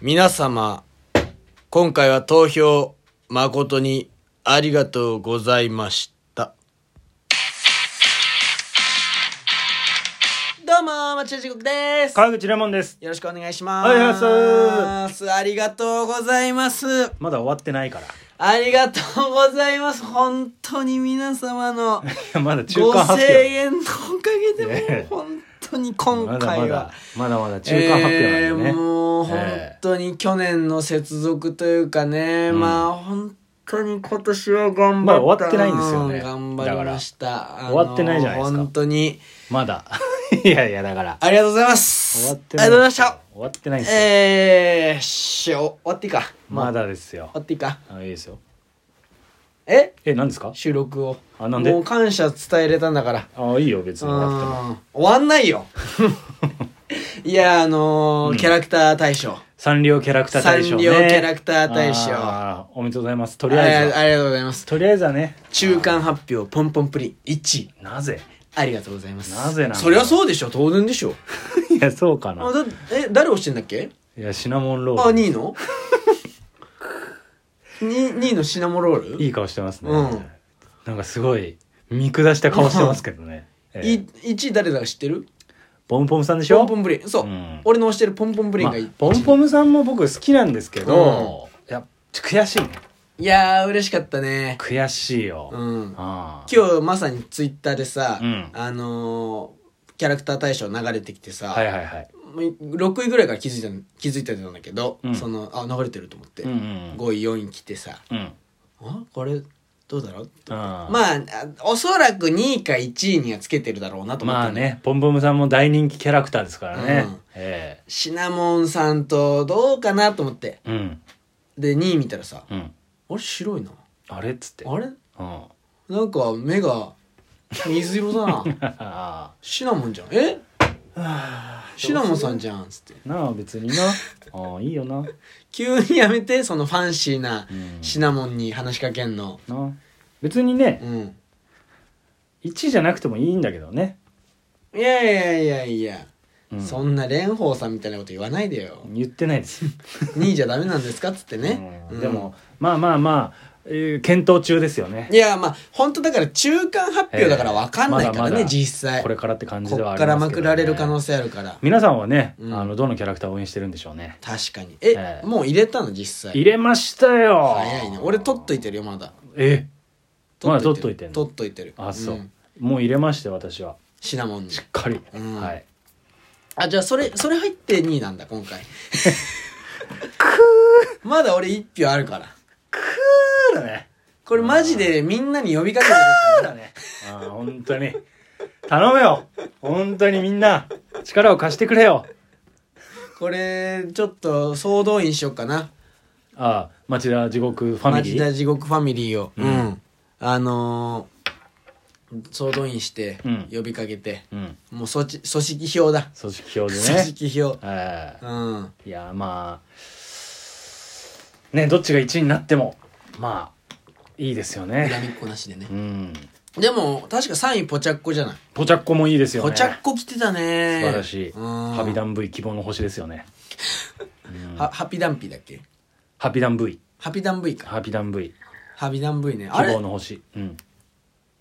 皆様、今回は投票誠にありがとうございました。どうも、町田時刻です。川口レモンですよろしくお願いします。お願いします。ありがとうございます。まだ終わってないからいありがとうございます。本当に皆様のやま だ中間5000発表円のおかげいやいでやもう本当に今まだま回だは。まだまだ中間発表なんでね、えーもう本え当に去年の接続というかね、うんまあ本当に今年は頑張ったな、まだ終わってないんですよね頑張りましたら終わってないじゃないですかあの本当にーまだ いやいやだからありがとうございます終わってあなりいがとうございました終わってないんですよ、えー、し終わっていいかまだですよ終わっていいかあいいですよええ何ですか収録をあなんでもう感謝伝えれたんだからあいいよ別うにん終わっても終わんない よいやあのーうんキャラクター大賞サンリオキャラクター大賞ねサンリオキャラクター大賞あーおめでとうございますとりあえずあはありがとうございますとりあえずはね中間発表ポンポンプリン1位なぜ ありがとうございますなぜなんだそりゃそうでしょ当然でしょいやそうかあなだえ誰押してんだっけいやシナモンロあー2位の 2, 2位のシナモロールルいい顔してますね、うんなんかすごい見下した顔してますけどね、えーい1位誰だか知ってるポンポムさんでしょポンポンプリンそう、うん俺の押してるポンポンプリンがいまあポンポムさんも僕好きなんですけど、いや悔しいねいやー嬉しかったね悔しいよ、うんああ今日まさにツイッターでさ、うんあのーキャラクター大賞流れてきてさ、はいはいはい6位ぐらいから気づいたん気づいてたんだけど、うんそのあ流れてると思って、うんうん5位4位来てさうんうんあこれどうだろうまあまああおそらく2位か1位にはつけてるだろうなと思っまたあのねポンポムさんも大人気キャラクターですからね、うんえシナモンさんとどうかなと思ってえうんで2位見たらさうんあれ白いなあれっつってあれうん なんか目が水色だ ななシナモンじゃんえシナモンさんじゃんっつってあ別になああいいよな急にやめてそのファンシーなうんシナモンに話しかけんのな別にねうん1位じゃなくてもいいんだけどね、いやいやいやいや、うんそんな蓮舫さんみたいなこと言わないでよ言ってないです2位じゃダメなんですかっつってね、ううんんでもまあまあまあ、えー検討中ですよねいやまあ本当だから中間発表だから分かんないからね、ええまだまだ実際これからって感じこではっあかりらまますけくど、ね、られる可能性あるから皆さんはね、うんあのどのキャラクターを応援してるんでしょうね確かにえ、ええもう入れたの実際入れましたよ早いね俺取っといてるよまだえまだ取っとるいてんの取っといてるあそう、んもう入れましたよ私はシナモンにしっかり、うんはいあじゃあそれそれ入って2位なんだ 今回まだ俺1票あるからそうだねこれマジでみんなに呼びかけてそうだねあー本当に頼むよ本当にみんな力を貸してくれよこれちょっと総動員しようかなああ町田地獄ファミリ町田ー地獄ファミリーをう、うんんあのー総動員してうん呼びかけて、うんもうそち組織票だ、組織票で組ね織票ええうんいやまあねどっちが1位になってもまあいいですよね恨みっこなしでねうんでも確か3位ポチャッコじゃないポチャッコもいいですよねポチャッコ来てたね素晴らしいうんハビダン V 希望の星ですよ ねはハピダンピだっけハビダン V ハピダン V かハビダン V ハピダン V ねあ希れ望の星うん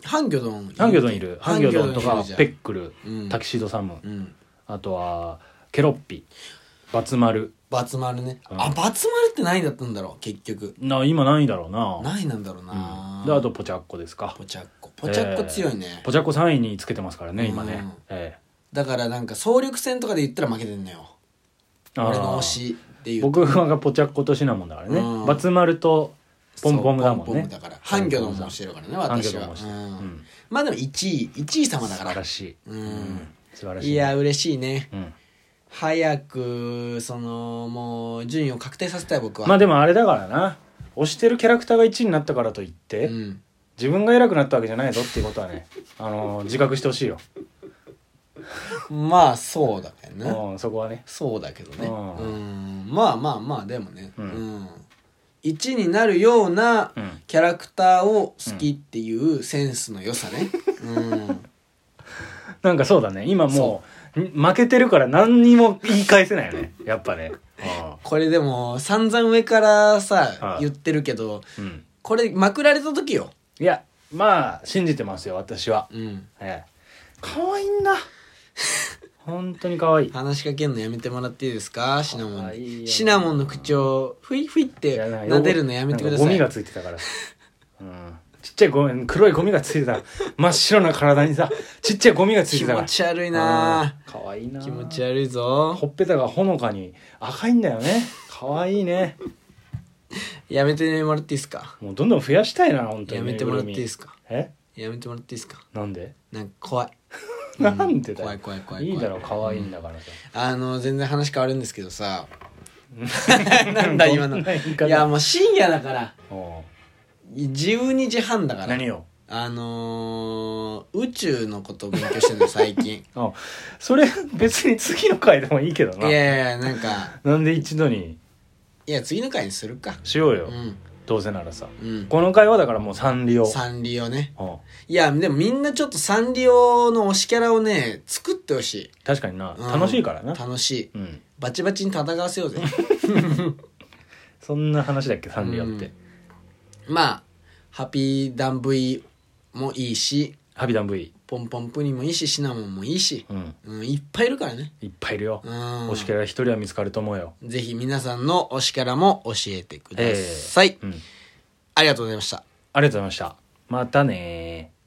ハンギョドンハンギョドンいるハンギョドンとハかンギョドンいペるックルうんタキシードサムじゃんうんあとはケロッピバツマルバツ丸ね、うんあバツ丸って何位だったんだろう結局な今何位だろうな何位なんだろうな、うんであとポチャッコですかポチャッコポチャッコ強いね、ポチャッコ3位につけてますからね今ねうんえだからなんか総力戦とかで言ったら負けてんのよえ俺の推しっていうと僕はがポチャッコとシナモンだからね、うんバツ丸とポンポムだもそうポんンねポムだからハンギョドンもしてるからね私はハンギョドンもしてるうんうんまあでも1位1位様だ素か晴ららしい、うん素晴らしいいや嬉しいねうん早くそのもう順位を確定させたい僕はまあでもあれだからな推してるキャラクターが1位になったからといって、うん自分が偉くなったわけじゃないぞっていうことはねあのー自覚してほしいよ、まあそうだけどねうん、そこはねそうだけどねうんうんまあまあまあでもねううんん1位になるようなうんキャラクターを好きっていうセンスの良さねうんなんかそうだね今もうに負けてるから何にも言い返せないよねやっぱね、うんこれでも散々上からさ、はい言ってるけどうん、これまくられた時よ、いやまあ信じてますよ私は、うん、ええ可愛いんだ本当に可愛い話しかけんのやめてもらっていいですかシナモかわいいよンなシナモンの口をふいふいって撫でるのやめてくだなんかゴさいミがついてたから、うん、ちっちゃいゴミ黒いゴミがついてた真っ白な体にさちっちゃいゴミがつい気てたから持ち悪いなうん可愛いな気持ち悪いぞほっぺたがほのかに赤いんだよね可愛いねやめてもらっていいですかもうどんどん増やしたいな本当にやめてもらっていいですかえやめてもらっていいですかなんでなんか怖いなんでだよ怖い怖い怖い怖いいいだろ可愛いんだからさ、あの全然話変わるんですけど さなんだ今のどんな言い方いやもう深夜だからお12時半だかうら何をあのー、宇宙のことを勉強してるの最 近あそれ別に次の回でもいいけどいなやいやなんかなんで一度にいや次の回にするかしよううよ、んどうせならさうんこの回はだからもうサンリオサンリオねうんいやでもみんなちょっとサンリオの推しキャラをね作ってほしい、確かにな、うん楽しいからな楽しいうんバチバチに戦わせようぜ そんな話だっけサンリオって、うんまあハピーダン V もいいしハビダン V、ポンポンプリンもいいしシナモンもいいし、うん、うん、いっぱいいるからねいっぱいいるよ、うん推しキャラ一人は見つかると思うよ、ぜひ皆さんの推しキャラも教えてください、うん、ありがとうございましたありがとうございましたまたねー